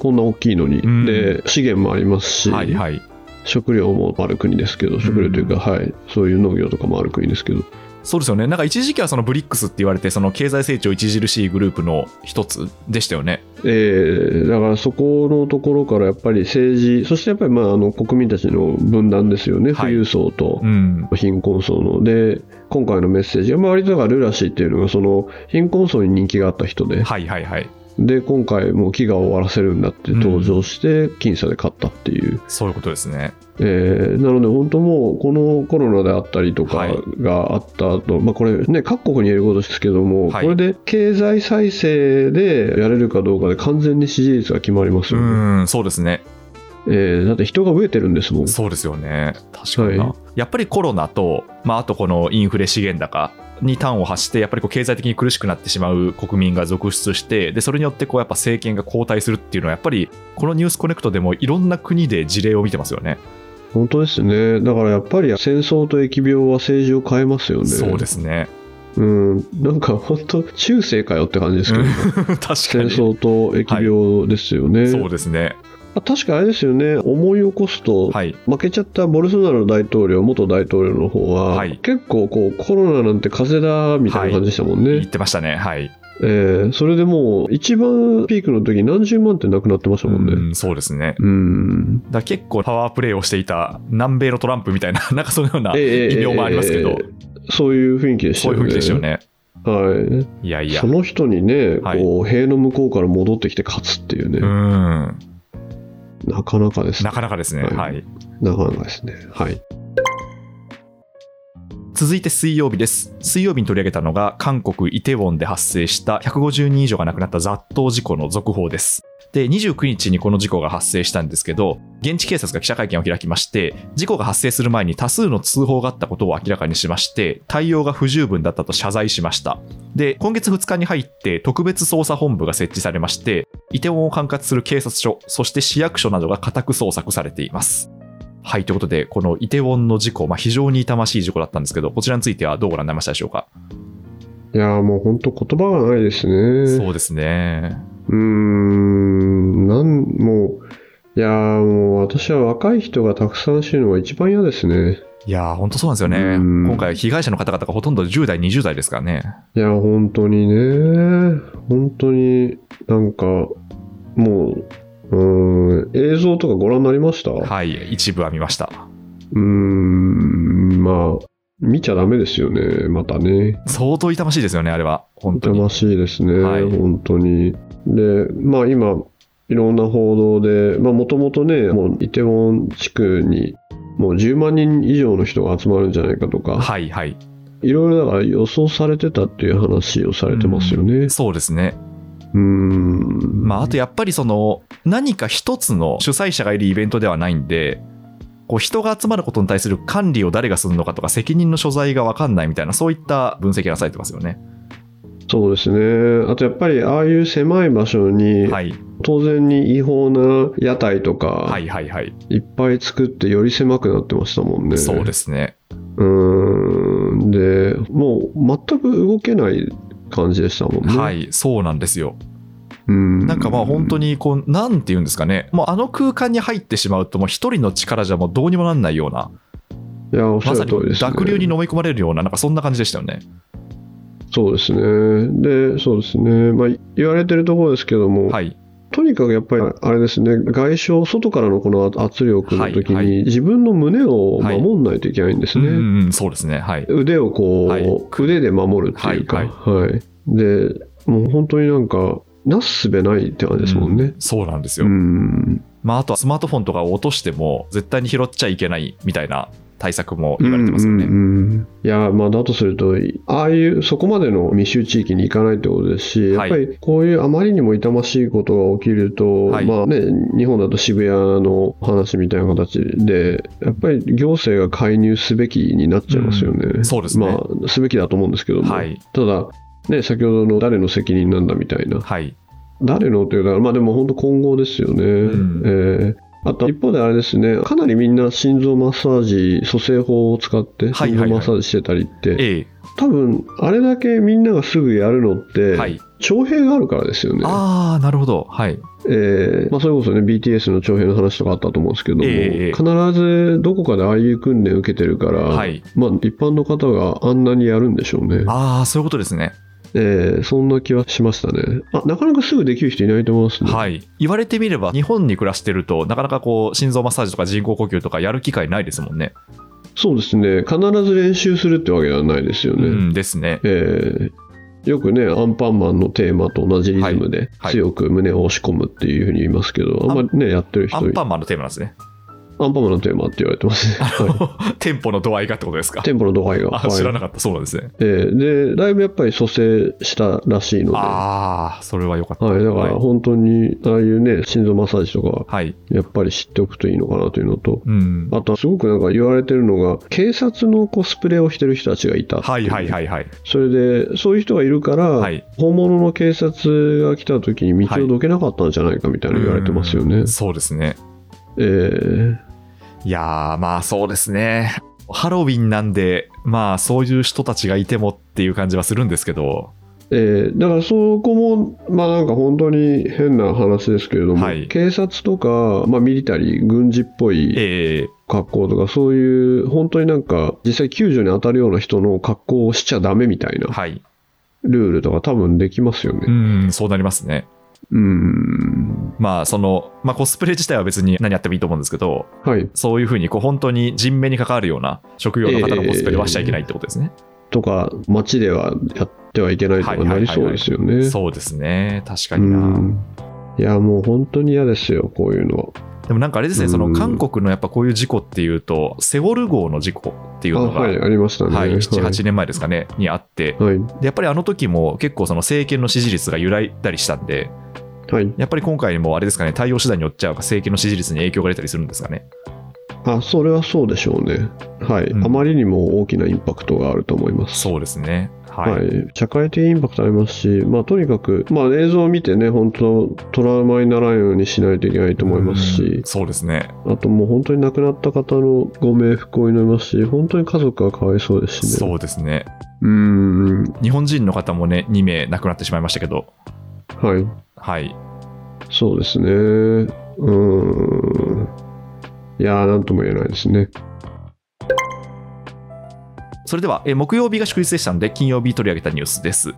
Speaker 3: こんな大きいのに、
Speaker 2: うん
Speaker 3: で資源もありますし、
Speaker 2: はいはい。
Speaker 3: 食料もある国ですけど食料というか、
Speaker 2: うん
Speaker 3: はいそういう農業とかもある国ですけど
Speaker 2: そうですよね。なんか一時期はそのブリックスって言われて、その経済成長著しいグループの一つでしたよね。
Speaker 3: えーだからそこのところからやっぱり政治そしてやっぱりまああの国民たちの分断ですよね、
Speaker 2: はい
Speaker 3: 富裕層と
Speaker 2: うん。
Speaker 3: 貧困層ので今回のメッセージが、まあ、割とだからルーラ氏っていうのがその貧困層に人気があった人で
Speaker 2: はいはいはい。
Speaker 3: で今回もう飢餓を終わらせるんだって登場して僅差で勝ったっていう、
Speaker 2: そういうことですね。
Speaker 3: えーなので本当もうこのコロナであったりとか
Speaker 2: はい
Speaker 3: があった後、まあこれね各国に言えることですけども、
Speaker 2: はい
Speaker 3: これで経済再生でやれるかどうかで完全に支持率が決まります
Speaker 2: う
Speaker 3: よね、
Speaker 2: ん、そうですね。
Speaker 3: えーだって人が増えてるんですもん
Speaker 2: そうですよね。確かにな、
Speaker 3: はい
Speaker 2: やっぱりコロナと、まあ、あとこのインフレ資源高に端を発して、やっぱりこう経済的に苦しくなってしまう国民が続出して、でそれによってこうやっぱ政権が交代するっていうのは、やっぱりこのニュースコネクトでもいろんな国で事例を見てますよね。
Speaker 3: 本当ですねだからやっぱり戦争と疫病は政治を変えますよね
Speaker 2: そうですね。
Speaker 3: うんなんか本当中世かよって感じですけど、
Speaker 2: 確か
Speaker 3: 戦
Speaker 2: に。
Speaker 3: 争と疫病ですよね、
Speaker 2: そうですね。
Speaker 3: あ確かあれですよね思い起こすと、
Speaker 2: はい。
Speaker 3: 負けちゃったボルソナロ大統領元大統領の方は、
Speaker 2: はい
Speaker 3: 結構こうコロナなんて風邪だみたいな感じでしたもんね、
Speaker 2: 言ってましたね。はい。
Speaker 3: えーそれでもう一番ピークの時何十万ってなくなってましたもんね
Speaker 2: う
Speaker 3: うん
Speaker 2: ん、そうですね。
Speaker 3: ん
Speaker 2: だから結構パワープレイをしていた南米のトランプみたいな、 なんかそのような
Speaker 3: ええええ
Speaker 2: 異名もありますけど、
Speaker 3: ええそういう雰囲気でした
Speaker 2: そうい
Speaker 3: よ
Speaker 2: う
Speaker 3: ね
Speaker 2: 雰囲気でしたよね。
Speaker 3: はい
Speaker 2: いやいや
Speaker 3: そ。の人にね、
Speaker 2: はい
Speaker 3: こう塀の向こうから戻ってきて勝つっていうね、
Speaker 2: うん。
Speaker 3: なかなかです
Speaker 2: な
Speaker 3: ね
Speaker 2: かなかですね。
Speaker 3: はい
Speaker 2: はい。
Speaker 3: なかなかですねはい
Speaker 2: 続いて水曜日です。水曜日に取り上げたのが、韓国イテウォンで発生した150人以上が亡くなった雑踏事故の続報です。で、29日にこの事故が発生したんですけど、現地警察が記者会見を開きまして、事故が発生する前に多数の通報があったことを明らかにしまして、対応が不十分だったと謝罪しました。で、今月2日に入って特別捜査本部が設置されまして、イテウォンを管轄する警察署、そして市役所などが家宅捜索されています。はい、ということで、このイテウォンの事故、まあ、非常に痛ましい事故だったんですけど、こちらについてはどうご覧になりましたでしょうか。
Speaker 3: いやーもう本当言葉がないですね
Speaker 2: そうですね。
Speaker 3: うーん、なん、もう、いやーもう私は若い人がたくさん死ぬのが一番嫌ですね。
Speaker 2: いやー、本当そうなんですよね。
Speaker 3: うん
Speaker 2: 今回、被害者の方々がほとんど10代、20代ですからね。
Speaker 3: いや、本当にね、本当になんか、もう、うーん、映像とかご覧になりましたう
Speaker 2: はい、一部は見ました。
Speaker 3: ーん、まあ、見ちゃダメですよね、またね。
Speaker 2: 相当痛ましいですよね、あれは。本当
Speaker 3: 痛
Speaker 2: に
Speaker 3: ま。しいですね、
Speaker 2: はい
Speaker 3: 本当に。で、まあ今、いろんな報道で、まあもともとね、もうイテウォン地区にもう10万人以上の人が集まるんじゃないかとか、
Speaker 2: はい、はい。
Speaker 3: いろいろだから予想されてたっていう話をされてますよね。
Speaker 2: そうですね。
Speaker 3: うーん。
Speaker 2: まあ、あとやっぱり、その、何か一つの主催者がいるイベントではないんで、こう人が集まることに対する管理を誰がするのかとか責任の所在が分かんないみたいなそういった分析がなされてますよね。
Speaker 3: そうですね。あとやっぱりああいう狭い場所に、
Speaker 2: はい、
Speaker 3: 当然に違法な屋台とか、
Speaker 2: はい、はい、はい。
Speaker 3: い、っぱい作ってより狭くなってましたもんね。
Speaker 2: そうですね。
Speaker 3: うーんでもう全く動けない感じでしたもんね。
Speaker 2: はい、そうなんですよ。
Speaker 3: うん
Speaker 2: なんかまあ本当にこう、なんて言うんですかね、もうあの空間に入ってしまうと、もう一人の力じゃもうどうにもなんないような、
Speaker 3: いやおっしゃ
Speaker 2: まさ
Speaker 3: る
Speaker 2: に
Speaker 3: 通りです、ね。
Speaker 2: 濁流に飲み込まれるような、なんかそんな感じでしたよね。
Speaker 3: そうですね。でそうですね、まあ、言われてるところですけども、
Speaker 2: はい、
Speaker 3: とにかくやっぱりあれですね外傷外からのこの圧力の時に、
Speaker 2: はいは
Speaker 3: 自分の胸を守んないといけないんです
Speaker 2: う
Speaker 3: ね。
Speaker 2: ん、そうですね、はい。
Speaker 3: 腕をこう、
Speaker 2: はい
Speaker 3: 腕で守るっていうか、
Speaker 2: は
Speaker 3: はいいでもう本当になんかなすすべないって感じですもんね
Speaker 2: う。そうなんです
Speaker 3: う
Speaker 2: よ。
Speaker 3: ん
Speaker 2: まあ、あとはスマートフォンとかを落としても、絶対に拾っちゃいけないみたいな対策も言われてますよね。
Speaker 3: うんうんうんいやまあ、だとすると、ああいうそこまでの密集地域に行かないってことですし、
Speaker 2: はい
Speaker 3: やっぱりこういうあまりにも痛ましいことが起きると、
Speaker 2: はい
Speaker 3: まあね、日本だと渋谷の話みたいな形で、やっぱり行政が介入すべきになっちゃいますよね。
Speaker 2: そうですね
Speaker 3: まあ、すべきだと思うんですけども、
Speaker 2: はい
Speaker 3: ただ、ね、先ほどの誰の責任なんだみたいな、
Speaker 2: はい。
Speaker 3: 誰のというか、まあ、でも本当、混合ですよね。
Speaker 2: ん
Speaker 3: えーあと一方であれですね、かなりみんな心臓マッサージ、蘇生法を使って、
Speaker 2: はい
Speaker 3: 心
Speaker 2: は
Speaker 3: 臓
Speaker 2: い
Speaker 3: マッサージしてたりって、
Speaker 2: ええ
Speaker 3: 多分あれだけみんながすぐやるのって、
Speaker 2: はい。
Speaker 3: 徴兵があるからですよね。
Speaker 2: ああ、なるほど。はい。
Speaker 3: えーまあ、それこそね、BTS の徴兵の話とかあったと思うんですけども、
Speaker 2: ええ
Speaker 3: 必ずどこかでああいう訓練受けてるから、
Speaker 2: はい
Speaker 3: まあ、一般の方があんなにやるんでしょうね。
Speaker 2: ああ、そういうことですね。
Speaker 3: えーそんな気はしましたね。あなかなかすぐできる人いないと思いますね。
Speaker 2: はい。言われてみれば、日本に暮らしてると、なかなかこう、心臓マッサージとか人工呼吸とかやる機会ないですもんね。
Speaker 3: そうですね、必ず練習するってわけではないですよね。
Speaker 2: うんですね。
Speaker 3: えーよくね、アンパンマンのテーマと同じリズムで
Speaker 2: はい
Speaker 3: 強く胸を押し込むっていうふうに言いますけど、あんまりね、やってる人
Speaker 2: アンパンマンのテーマなんですね。
Speaker 3: アンパンマンのテーマって言われてますね。は
Speaker 2: テンポの度合いがってことですか
Speaker 3: い、。テンポの度合いが。
Speaker 2: あ知ら
Speaker 3: はい
Speaker 2: なかった。そうなんですね。
Speaker 3: えーで、だいぶやっぱり蘇生したらしいので、は
Speaker 2: ああ、それは良かった。
Speaker 3: い、だから本当に、ああいうね、心臓マッサージとか、
Speaker 2: はい。
Speaker 3: やっぱり知っておくといいのかなというのと、
Speaker 2: うん。
Speaker 3: あとはすごくなんか言われてるのが、警察のコスプレをしてる人たちがいたってう
Speaker 2: はいはいはいはい。
Speaker 3: それで、そういう人がいるから、
Speaker 2: はい
Speaker 3: 本物の警察が来た時に道をどけなかったんじゃないかみたいな言われてますよね。
Speaker 2: うんそうですね。
Speaker 3: えー
Speaker 2: いやー、まあそうですね。ハロウィンなんで、まあそういう人たちがいてもっていう感じはするんですけど、
Speaker 3: えーだからそこも、まあなんか本当に変な話ですけれども、
Speaker 2: はい
Speaker 3: 警察とか、まあミリタリー、軍事っぽい
Speaker 2: ええ
Speaker 3: 格好とか、そういう本当になんか実際救助に当たるような人の格好をしちゃダメみたいな
Speaker 2: はい。
Speaker 3: ルールとか多分できますよ
Speaker 2: う
Speaker 3: ね。
Speaker 2: ん、そうなりますね。
Speaker 3: うん。
Speaker 2: まあその、まあコスプレ自体は別に何やってもいいと思うんですけど、
Speaker 3: はい。
Speaker 2: そういうふうにこう本当に人命に関わるような職業の方のコスプレはしちゃいけないってことですね。
Speaker 3: とか、街ではやってはいけないとかなりそうですよね。
Speaker 2: そうですね。確かにな。
Speaker 3: うんいやもう本当に嫌ですよこういうの
Speaker 2: でもなんかあれですね、
Speaker 3: うん
Speaker 2: その韓国のやっぱこういう事故っていうと、セウォル号の事故っていう
Speaker 3: はあ
Speaker 2: のが、は、
Speaker 3: はいいありましたね
Speaker 2: 7、8年前ですかね、にあって、
Speaker 3: はい
Speaker 2: でやっぱりあの時も結構その政権の支持率が揺らいだりしたんで、
Speaker 3: はい
Speaker 2: やっぱり今回もあれですかね、対応次第によっちゃ政権の支持率に影響が出たりするんですかね。
Speaker 3: あそれはそうでしょうねはい、
Speaker 2: うん
Speaker 3: あまりにも大きなインパクトがあると思います
Speaker 2: そうですね。はい。
Speaker 3: はい、社会的インパクトありますし、まあ、とにかく、まあ、映像を見てね、本当、トラウマにならないようにしないといけないと思います
Speaker 2: うん
Speaker 3: し、
Speaker 2: そうですね。
Speaker 3: あともう本当に亡くなった方のご冥福を祈りますし、本当に家族がかわいそうですしね。
Speaker 2: そうですね。
Speaker 3: う。ん、
Speaker 2: 日本人の方もね、2名亡くなってしまいましたけど、
Speaker 3: はい。
Speaker 2: はい。
Speaker 3: そうですね。うーん。いやー、なんとも言えないですね。
Speaker 2: それでは、えー木曜日が祝日でしたので、金曜日取り上げたニュースです。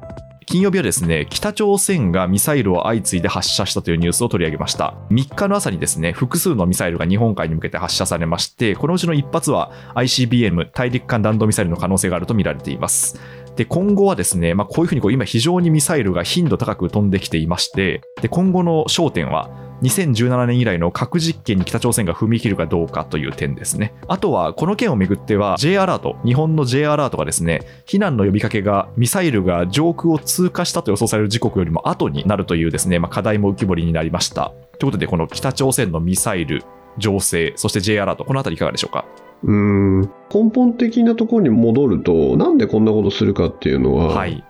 Speaker 2: 金曜日はですね、北朝鮮がミサイルを相次いで発射したというニュースを取り上げました。3日の朝にですね、複数のミサイルが日本海に向けて発射されまして、このうちの1発は ICBM ・大陸間弾道ミサイルの可能性があるとみられています。で今後はですね、まあ、こういうふうにこう今、非常にミサイルが頻度高く飛んできていまして、で今後の焦点は、2017年以来の核実験に北朝鮮が踏み切るかどうかという点ですね。あとは、この件をめぐっては、J アラート、日本の J アラートがですね、避難の呼びかけがミサイルが上空を通過したと予想される時刻よりも後になるというですね、まあ、課題も浮き彫りになりました。ということで、この北朝鮮のミサイル、情勢、そして J アラート、このあたりいかがでしょうか。
Speaker 3: うーん。根本的なところに戻ると、なんでこんなことするかっていうのは、
Speaker 2: はい。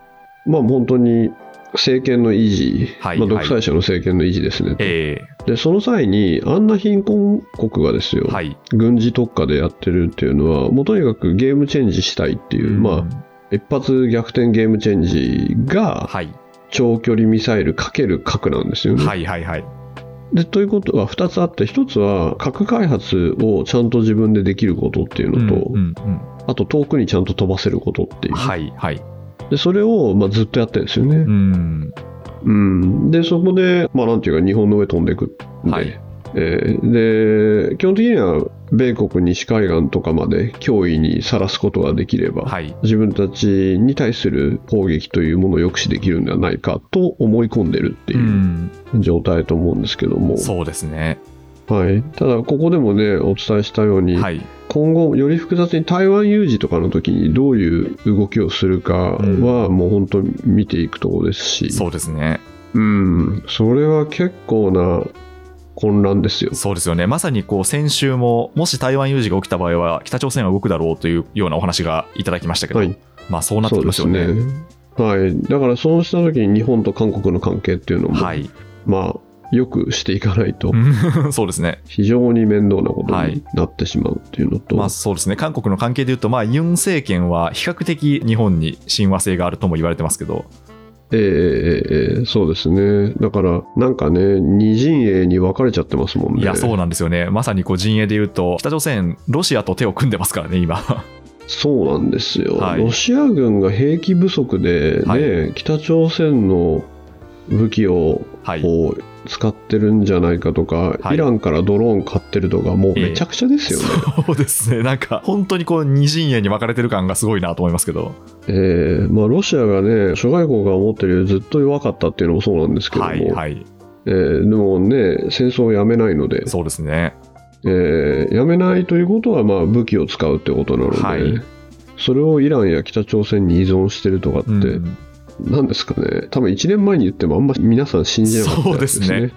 Speaker 3: まあ本当に政権の維持、
Speaker 2: はい
Speaker 3: まあ、
Speaker 2: はい
Speaker 3: 独裁者の政権の維持ですね、
Speaker 2: え
Speaker 3: で、その際に、あんな貧困国がですよ、
Speaker 2: ー、はい。
Speaker 3: 軍事特化でやってるっていうのは、もうとにかくゲームチェンジしたいっていう、まあ、一発逆転ゲームチェンジが、
Speaker 2: はい。
Speaker 3: 長距離ミサイルかける核なんですよね。
Speaker 2: はいはいはい。
Speaker 3: でということは2つあって1つは核開発をちゃんと自分でできることっていうのと、
Speaker 2: うんうん、
Speaker 3: あと遠くにちゃんと飛ばせることっていううん
Speaker 2: はいはい。
Speaker 3: でそれをまあずっとやってるんですよね
Speaker 2: う、ん。
Speaker 3: うんでそこで、まあ、なんていうか日本の上飛んでいくんで,、
Speaker 2: はい
Speaker 3: えーで基本的には米国西海岸とかまで脅威にさらすことができれば、
Speaker 2: はい。
Speaker 3: 自分たちに対する攻撃というものを抑止できるんではないかと思い込んでるって
Speaker 2: う。
Speaker 3: いうん状態と思うんですけども、
Speaker 2: そうですね。
Speaker 3: はい、ただ、ここでもね、お伝えしたように、
Speaker 2: はい、
Speaker 3: 今後、より複雑に台湾有事とかの時にどういう動きをするかは、もう本当に見ていくところですし、
Speaker 2: そうですね。
Speaker 3: うん、それは結構な混乱ですよ。
Speaker 2: そうですよね。まさにこう先週も、もし台湾有事が起きた場合は、北朝鮮は動くだろうというようなお話がいただきましたけど、
Speaker 3: はい、
Speaker 2: まあそうなって
Speaker 3: そう
Speaker 2: きま
Speaker 3: です
Speaker 2: よ
Speaker 3: す
Speaker 2: ね。
Speaker 3: ね。はい、だからそうした時に日本と韓国の関係っていうのも、
Speaker 2: はい、
Speaker 3: まあ、よくしていかないと
Speaker 2: うんそうですね。
Speaker 3: 非常に面倒なこと
Speaker 2: はい
Speaker 3: になってしまうっていうのと、
Speaker 2: まあそうですね。韓国の関係でいうと、まあユン政権は比較的日本に親和性があるとも言われてますけど、
Speaker 3: ええええええそうですねだからなんかね二陣営に分かれちゃってますもんね
Speaker 2: いやそうなんですよね。まさにこう陣営でいうと、北朝鮮、ロシアと手を組んでますからね、今。
Speaker 3: そうなんですよ、
Speaker 2: はい
Speaker 3: ロシア軍が兵器不足で、ね
Speaker 2: は
Speaker 3: 北朝鮮の武器を
Speaker 2: はい。
Speaker 3: こう使ってるんじゃないかとか、
Speaker 2: はい
Speaker 3: イランからドローン買ってるとかもうめちゃくちゃですよね、
Speaker 2: そうですね。なんか本当にこう二陣営に分かれてる感がすごいなと思いますけど。
Speaker 3: えーまあ、ロシアがね諸外国が思ってるよりずっと弱かったっていうのもそうなんですけども、
Speaker 2: はいはい。
Speaker 3: えーでもね戦争をやめないので、
Speaker 2: そうですね。
Speaker 3: えーやめないということはまあ武器を使うってことなので、
Speaker 2: はい
Speaker 3: それをイランや北朝鮮に依存してるとかって、
Speaker 2: うん
Speaker 3: なんですかね多分1年前に言ってもあんま皆さん信じなかった
Speaker 2: そうですね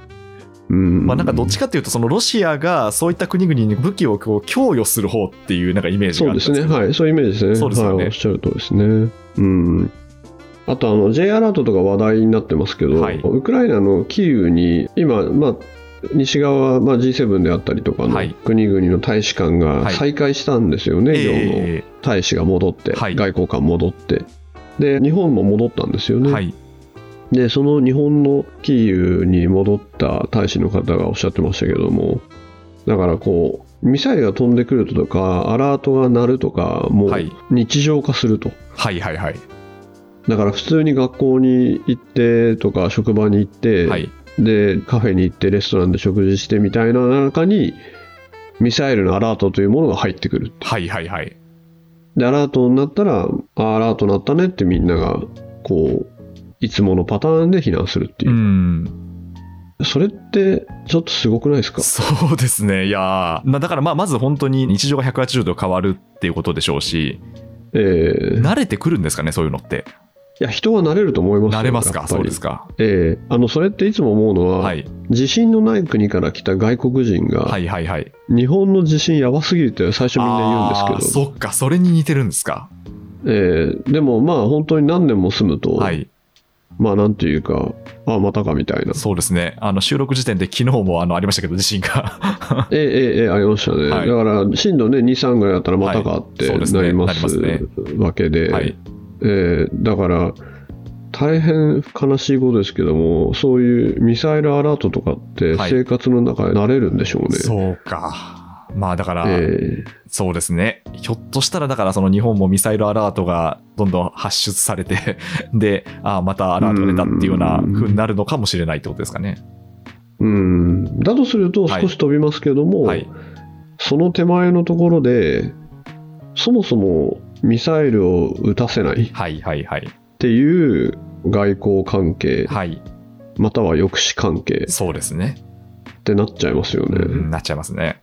Speaker 3: うん
Speaker 2: まあ、なんかどっちかっていうと、そのロシアがそういった国々に武器をこう供与する方っていうなんかイメージ
Speaker 3: そ
Speaker 2: があ
Speaker 3: う
Speaker 2: るん
Speaker 3: ですね、
Speaker 2: けど
Speaker 3: はい、そういうイメージですね、
Speaker 2: そうですよね
Speaker 3: はい、おっしゃるとですね。うんあとあの J アラートとか話題になってますけど、
Speaker 2: はい
Speaker 3: ウクライナのキーウに今、まあ、西側、まあ、G7 であったりとかの
Speaker 2: はい
Speaker 3: 国々の大使館
Speaker 2: は
Speaker 3: が
Speaker 2: い
Speaker 3: 再開したんですよね、
Speaker 2: ええ
Speaker 3: 両の大使が戻って、
Speaker 2: はい
Speaker 3: 外交官戻ってで、日本も戻ったんですよね、
Speaker 2: はい、
Speaker 3: でその日本のキーウに戻った大使の方がおっしゃってましたけどもだからこうミサイルが飛んでくるとかアラートが鳴るとかもう
Speaker 2: はい
Speaker 3: 日常化すると、
Speaker 2: はいはいはい
Speaker 3: だから普通に学校に行ってとか職場に行って、
Speaker 2: はい
Speaker 3: でカフェに行ってレストランで食事してみたいな中にミサイルのアラートというものが入ってくる
Speaker 2: はいはいはい
Speaker 3: でアラートになったらあアラート鳴ったねってみんながこういつものパターンで避難するっていうう。
Speaker 2: ん
Speaker 3: それってちょっとすごくないですか
Speaker 2: そうですねいやーなだからまあまず本当に日常が180度変わるっていうことでしょうし
Speaker 3: えー
Speaker 2: 慣れてくるんですかねそういうのって
Speaker 3: いや人は慣れると思いますよ
Speaker 2: 慣れますか
Speaker 3: やっぱ
Speaker 2: そ
Speaker 3: り
Speaker 2: うですか
Speaker 3: えーあのそれっていつも思うのは、
Speaker 2: はい
Speaker 3: 地震のない国から来た外国人が、
Speaker 2: はいはいはい
Speaker 3: 日本の地震やばすぎるって最初みんな言うんですけど、
Speaker 2: あーそっかそれに似てるんですか
Speaker 3: えーでもまあ本当に何年も住むと、
Speaker 2: はい
Speaker 3: まあなんていうかあまたかみたいな
Speaker 2: そうですねあの収録時点で昨日もあのありましたけど地震が
Speaker 3: えーえーえーありましたね、
Speaker 2: はい
Speaker 3: だから震度ね23ぐらいだったらまたかって
Speaker 2: はいそうですね
Speaker 3: なりま
Speaker 2: なります
Speaker 3: す
Speaker 2: ね
Speaker 3: わけで、
Speaker 2: はい
Speaker 3: えーだから大変悲しいことですけどもそういうミサイルアラートとかって
Speaker 2: はい
Speaker 3: 生活の中で慣れるんでしょうね。
Speaker 2: そうかまあだから、
Speaker 3: え
Speaker 2: そうですね。ひょっとしたら、だからその日本もミサイルアラートがどんどん発出されて、 で、ああまたアラートが出たっていうような
Speaker 3: うん
Speaker 2: 風になるのかもしれないってことですかね。
Speaker 3: ーうんだとすると
Speaker 2: はい
Speaker 3: 少し飛びますけども、
Speaker 2: はい。
Speaker 3: その手前のところでそもそもミサイルを撃たせないっ
Speaker 2: はいはいはい。
Speaker 3: ていう外交関係
Speaker 2: はい。
Speaker 3: または抑止関係
Speaker 2: そうですね。
Speaker 3: ってなっちゃいますよね。
Speaker 2: うんなっちゃいますね。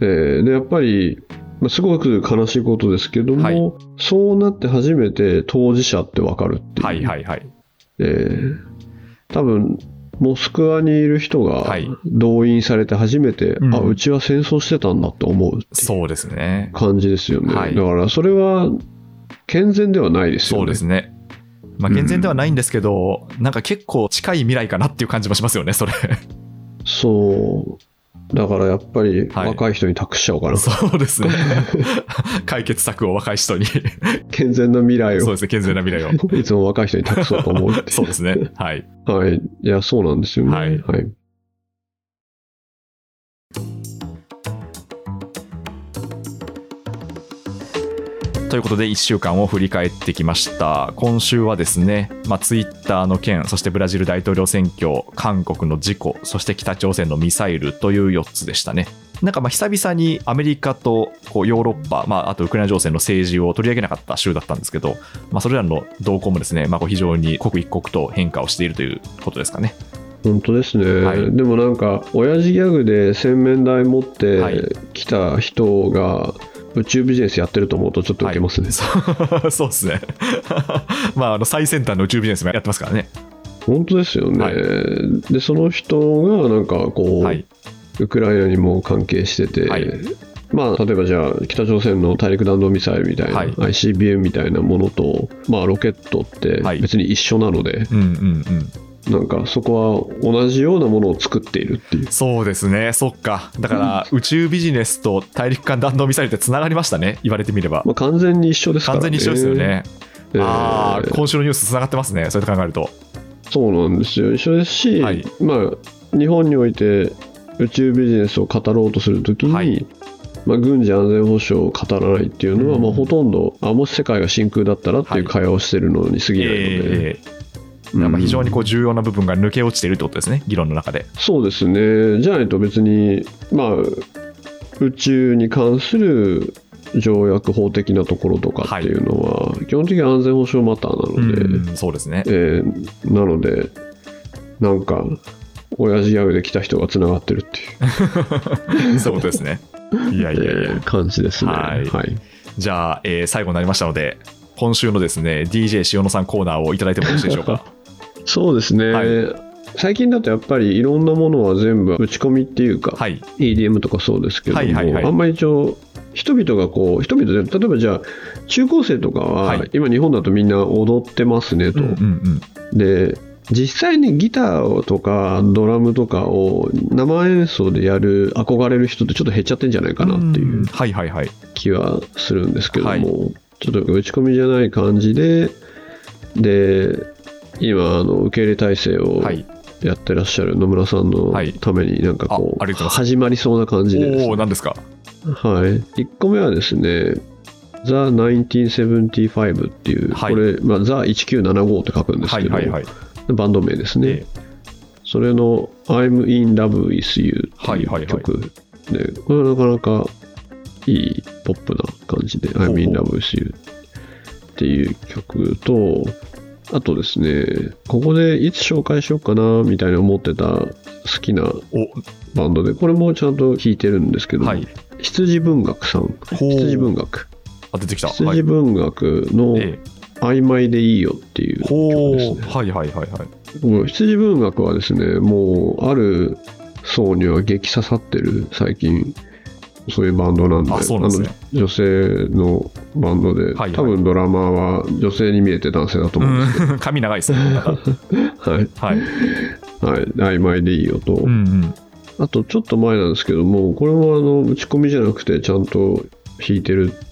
Speaker 3: えーでやっぱり、まあ、すごく悲しいことですけども、
Speaker 2: はい
Speaker 3: そうなって初めて当事者って分かるっていう、
Speaker 2: はいはいはい。
Speaker 3: えー多分モスクワにいる人が
Speaker 2: はい
Speaker 3: 動員されて初めて、
Speaker 2: うん
Speaker 3: あうちは戦争してたんだって思うっていう
Speaker 2: そうですね。
Speaker 3: 感じですよね、
Speaker 2: はい
Speaker 3: だからそれは健全ではないですよね
Speaker 2: そうですね。まあ、健全ではないんですけど、なんか結構近い未来かなっていう感じもしますよね、それ。
Speaker 3: そうだからやっぱり
Speaker 2: はい
Speaker 3: 若い人に託しちゃおうかな、
Speaker 2: そうです ね。解決策を若い人に。そ
Speaker 3: 健全な未来
Speaker 2: う
Speaker 3: を
Speaker 2: ですね、健全な未来を。
Speaker 3: いつも若い人に託そうと思うっていう
Speaker 2: そうですね。はい。
Speaker 3: はい。いや、そうなんですよね。
Speaker 2: はいということで1週間を振り返ってきました今週はですね、まあ、ツイッターの件そしてブラジル大統領選挙韓国の事故そして北朝鮮のミサイルという4つでしたねなんかまあ久々にアメリカとこうヨーロッパ、まあ、あとウクライナ情勢の政治を取り上げなかった週だったんですけど、まあ、それらの動向もですね、まあ、こう非常に刻一刻と変化をしているということですかね
Speaker 3: 本当ですね、
Speaker 2: はい
Speaker 3: でもなんか親父ギャグで洗面台持っ
Speaker 2: はい
Speaker 3: てきた人が宇宙ビジネスやってると思うとちょっとウケますね、
Speaker 2: そうそうですね。 まあ、あの最先端の宇宙ビジネスもやってますからね。
Speaker 3: 本当ですよね、
Speaker 2: はい
Speaker 3: でその人がなんかこう、
Speaker 2: はい。
Speaker 3: ウクライナにも関係してて、
Speaker 2: はい
Speaker 3: まあ、例えばじゃあ北朝鮮の大陸弾道ミサイルみたいな、
Speaker 2: はい
Speaker 3: ICBM みたいなものと、まあ、ロケットって
Speaker 2: はい
Speaker 3: 別に一緒なので、
Speaker 2: うんうんうん。
Speaker 3: なんかそこは同じようなものを作っているっていう。
Speaker 2: そうですね。そっか。だから、宇宙ビジネスと大陸間弾道ミサイルってつながりましたね。言われてみれば。
Speaker 3: まあ、完全に一緒ですから
Speaker 2: 完
Speaker 3: ね。
Speaker 2: 全に一緒ですよね。
Speaker 3: えー。
Speaker 2: ああ、今週のニュースつながってますね。そうやって考えると。
Speaker 3: そうなんですよ。一緒ですし、
Speaker 2: はい
Speaker 3: まあ、日本において宇宙ビジネスを語ろうとするときに、
Speaker 2: はい
Speaker 3: まあ、軍事安全保障を語らないっていうのは、
Speaker 2: うん
Speaker 3: まあ、ほとんどあもし世界が真空だったらっていう
Speaker 2: はい
Speaker 3: 会話をしてるのに過
Speaker 2: え
Speaker 3: ぎないので、
Speaker 2: えやっぱ非常にこう重要な部分が抜け落ちているってことですね。議論の中で。
Speaker 3: そうですねじゃないと別にまあ宇宙に関する条約法的なところとかっていうのは、基本的に安全保障マター
Speaker 2: う
Speaker 3: なので、
Speaker 2: ん、そうです ね。
Speaker 3: えーなのでなんか親父ギャグで来た人がつながってるっていう
Speaker 2: そういうことですね。いやいやい
Speaker 3: え
Speaker 2: や
Speaker 3: ー。感じですね。
Speaker 2: はい
Speaker 3: はい、
Speaker 2: じゃあ、えー最後になりましたので、今週のですね、DJ 塩野さんコーナーをいただいてもよろしいでしょう か。
Speaker 3: そうですね、
Speaker 2: はい
Speaker 3: 最近だとやっぱりいろんなものは全部打ち込みっていうか、
Speaker 2: はい。
Speaker 3: EDM とかそうですけども、
Speaker 2: はいはいはい
Speaker 3: あんまり一応人々がこう人々で例えばじゃあ中高生とかは、
Speaker 2: はい
Speaker 3: 今日本だとみんな踊ってますねと、
Speaker 2: うんうん
Speaker 3: で実際にギターとかドラムとかを生演奏でやる憧れる人ってちょっと減っちゃってんじゃないかなっていう
Speaker 2: うんはいはいはい。
Speaker 3: 気はするんですけども、
Speaker 2: はい
Speaker 3: ちょっと打ち込みじゃない感じでで今あの受け入れ体制を
Speaker 2: はい。
Speaker 3: やってらっしゃる野村さんの
Speaker 2: はい
Speaker 3: ためになんかこう、
Speaker 2: あありがとうございます
Speaker 3: 始まりそうな感じでです
Speaker 2: お
Speaker 3: ね
Speaker 2: おー、何ですか
Speaker 3: はい、1個目はですね「ザ・1975」っていう、
Speaker 2: はい
Speaker 3: これ「まあ、ザ・1975」って書くんです
Speaker 2: は
Speaker 3: け
Speaker 2: い
Speaker 3: ど、
Speaker 2: はいはい。
Speaker 3: バンド名ですね、
Speaker 2: え
Speaker 3: それの「I'm in love with you」って
Speaker 2: はいいはいはい
Speaker 3: う曲、でこれはなかなかいいポップな感じで「
Speaker 2: うほう
Speaker 3: I'm in love with you」っていう曲とあとですねここでいつ紹介しようかなみたいに思ってた好きな
Speaker 2: お
Speaker 3: バンドでこれもちゃんと弾いてるんですけど、
Speaker 2: はい。
Speaker 3: 羊文学さん
Speaker 2: ほう
Speaker 3: 羊文学
Speaker 2: あ、出てきた。はい
Speaker 3: 羊。文学の
Speaker 2: え
Speaker 3: 「曖昧でいいよ」っていう
Speaker 2: え
Speaker 3: 曲
Speaker 2: ほ
Speaker 3: です
Speaker 2: う。
Speaker 3: ね
Speaker 2: はいはいはいはい。
Speaker 3: もう羊文学はですねもうある層には激刺さってる最近そういうバンドなんで
Speaker 2: あそうなんですね
Speaker 3: あの女性のバンドで、
Speaker 2: はいはい
Speaker 3: 多分ドラマは女性に見えて男性だと思うんです、
Speaker 2: うん、 髪長い ですね。
Speaker 3: はい、
Speaker 2: はい。
Speaker 3: はい、曖昧でいいよと、
Speaker 2: うんうん。
Speaker 3: あとちょっと前なんですけどもこれもあの打ち込みじゃなくてちゃんと弾いてるっ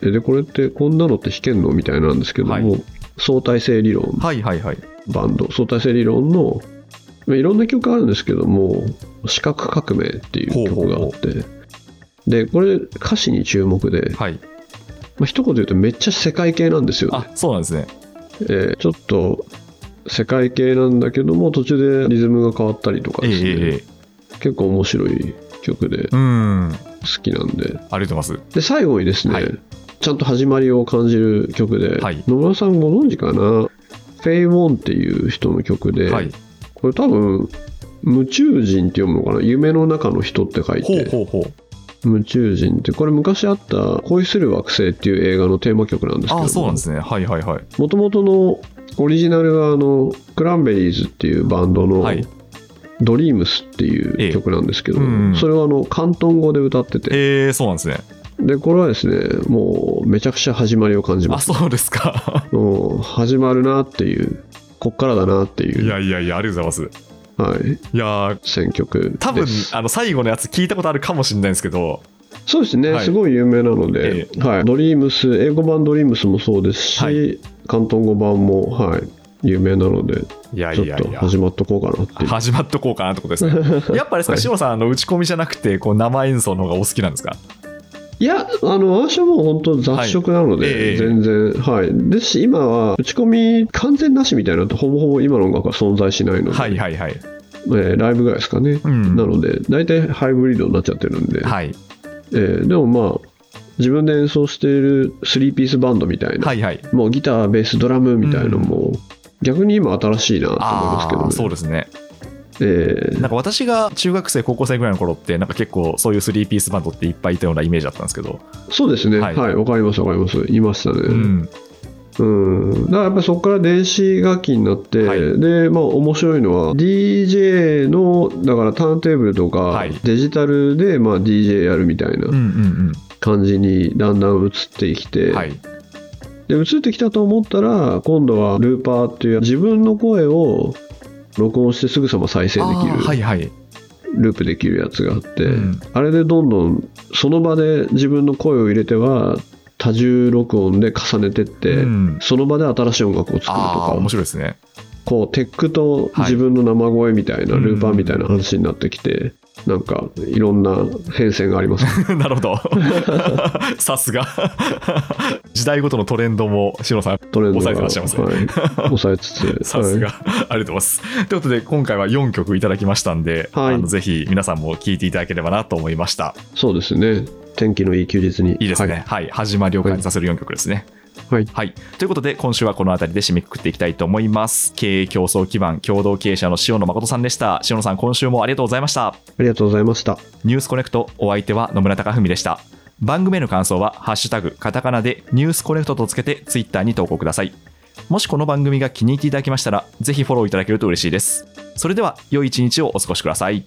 Speaker 3: てでこれってこんなのって弾けんのみたいなんですけども、
Speaker 2: はい
Speaker 3: 相対性理論
Speaker 2: はいはいはい。
Speaker 3: バンド相対性理論のまあいろんな曲あるんですけども「視覚革命」っていう曲があってでこれ歌詞に注目で、
Speaker 2: はい。
Speaker 3: まあ一言で言うとめっちゃ世界系なんですよね
Speaker 2: あ、そうなんですね。
Speaker 3: えーちょっと世界系なんだけども途中でリズムが変わったりとか
Speaker 2: え
Speaker 3: ですね
Speaker 2: え、ええ。
Speaker 3: 結構面白い曲で
Speaker 2: うん。あ
Speaker 3: 好きなんで
Speaker 2: りがとうございます。
Speaker 3: で最後にですね、
Speaker 2: はい
Speaker 3: ちゃんと始まりを感じる曲で、
Speaker 2: はい
Speaker 3: 野村さんご存知かなフェイ・ウォンっていう人の曲で、
Speaker 2: はい。
Speaker 3: これ多分夢中人って読むのかな夢の中の人って書い
Speaker 2: ほう
Speaker 3: て
Speaker 2: ほうほう。
Speaker 3: 夢中人ってこれ昔あった「恋する惑星」っていう映画のテーマ曲なんです
Speaker 2: あ、
Speaker 3: け
Speaker 2: そう
Speaker 3: ど
Speaker 2: なんですね。はいはいはい。
Speaker 3: もともとのオリジナルはあのクランベリーズっていうバンドの
Speaker 2: はい
Speaker 3: 「ドリームスって
Speaker 2: え
Speaker 3: い
Speaker 2: え
Speaker 3: う曲なんですけど、
Speaker 2: うん
Speaker 3: それをあの広東語で歌ってて
Speaker 2: ええ、そうなんですね。
Speaker 3: でこれはですねもうめちゃくちゃ始まりを感じます
Speaker 2: あ、そうですか。
Speaker 3: もう始まるなっていうこっからだなってい、
Speaker 2: いうやいやいや、ありがとうございま
Speaker 3: はい、
Speaker 2: す。いやー、
Speaker 3: 選曲です
Speaker 2: 多分あの最後のやつ聞いたことあるかもしれないんですけど、
Speaker 3: そうですね、
Speaker 2: はい
Speaker 3: すごい有名なので、はい、ドリームス英語版ドリームスもそうですし、
Speaker 2: はい
Speaker 3: 広東語版も、はい、有名なので
Speaker 2: いや
Speaker 3: ちょ
Speaker 2: い
Speaker 3: っ
Speaker 2: や
Speaker 3: と
Speaker 2: いや、
Speaker 3: 始まっとこうかなっていう
Speaker 2: 始まっとこうかなってことで すね。やっぱあれですか、
Speaker 3: はい
Speaker 2: しおさん、あの打ち込みじゃなくて、こう生演奏の方がお好きなんですか
Speaker 3: いやあの私はもう本当雑食なので、
Speaker 2: はいええ
Speaker 3: 全然はいですし今は打ち込み完全なしみたいなのってほぼほぼ今の音楽は存在しないので、
Speaker 2: はいはいはい。
Speaker 3: えーライブぐらいですかね、
Speaker 2: うん
Speaker 3: なので大体ハイブリードになっちゃってるんで、
Speaker 2: はい
Speaker 3: えーでもまあ自分で演奏している3ピースバンドみたいな、
Speaker 2: はいはい。
Speaker 3: もうギターベースドラムみたいなのも、逆に今新しいなと思いますけ
Speaker 2: あ
Speaker 3: ど
Speaker 2: あ、
Speaker 3: ね
Speaker 2: そうですね。
Speaker 3: えー
Speaker 2: なんか私が中学生、高校生ぐらいの頃って、なんか結構そういうスリーピースバンドっていっぱいいたようなイメージだったんですけど、
Speaker 3: そうですね、
Speaker 2: は
Speaker 3: はいい、わ、かります、わかります、いましたね。
Speaker 2: うん、
Speaker 3: うん、だからやっぱりそこから電子楽器になって、
Speaker 2: はい
Speaker 3: でまあ面白いのは DJ のだからターンテーブルとか、
Speaker 2: はい
Speaker 3: デジタルでまあ DJ やるみたい
Speaker 2: うん、う、
Speaker 3: なん感じにだんだん移ってき
Speaker 2: う
Speaker 3: て、
Speaker 2: ん、はい、
Speaker 3: で移ってきたと思ったら今度はルーパーっていう自分の声を録音してすぐさま再生でき
Speaker 2: あ
Speaker 3: る、
Speaker 2: ーはい、はい、
Speaker 3: ループできるやつがあって、
Speaker 2: うん
Speaker 3: あれでどんどんその場で自分の声を入れては多重録音で重ねてって、
Speaker 2: うん
Speaker 3: その場で新しい音楽を作ると
Speaker 2: ああ、
Speaker 3: か
Speaker 2: 面白いですね。
Speaker 3: こうテックと自分の生声みたいな、
Speaker 2: はい
Speaker 3: ルーパーみたいな話になってきて、なんかいろんな変遷があります
Speaker 2: なるほ ど。さすが。 時代ごとのトレンドも、しのさん、
Speaker 3: トレンド
Speaker 2: 抑え
Speaker 3: が
Speaker 2: てらっしゃいますね
Speaker 3: はい、抑えつつ
Speaker 2: さすが、
Speaker 3: はい、
Speaker 2: ありがとうございます。ということで、今回は4曲いただきましたんで、
Speaker 3: はい
Speaker 2: あのぜひ皆さんも聴いていただければなと思いました。
Speaker 3: そうですね天気のいい休日に
Speaker 2: いいですね。はい。始まりを感じさせる4曲ですね。
Speaker 3: はい、はい
Speaker 2: はい。ということで、今週はこの辺りで締めくくっていきたいと思います。経営競争基盤共同経営者の塩野誠さんでした。塩野さん、今週もありがとうございました。
Speaker 3: ありがとうございました
Speaker 2: ニュースコネクトお相手は野村貴文でした番組への感想は「ハッシュタグカタカナ」で「ニュースコネクト」とつけてツイッターに投稿くださいもしこの番組が気に入っていただきましたらぜひフォローいただけると嬉しいですそれでは良い一日をお過ごしください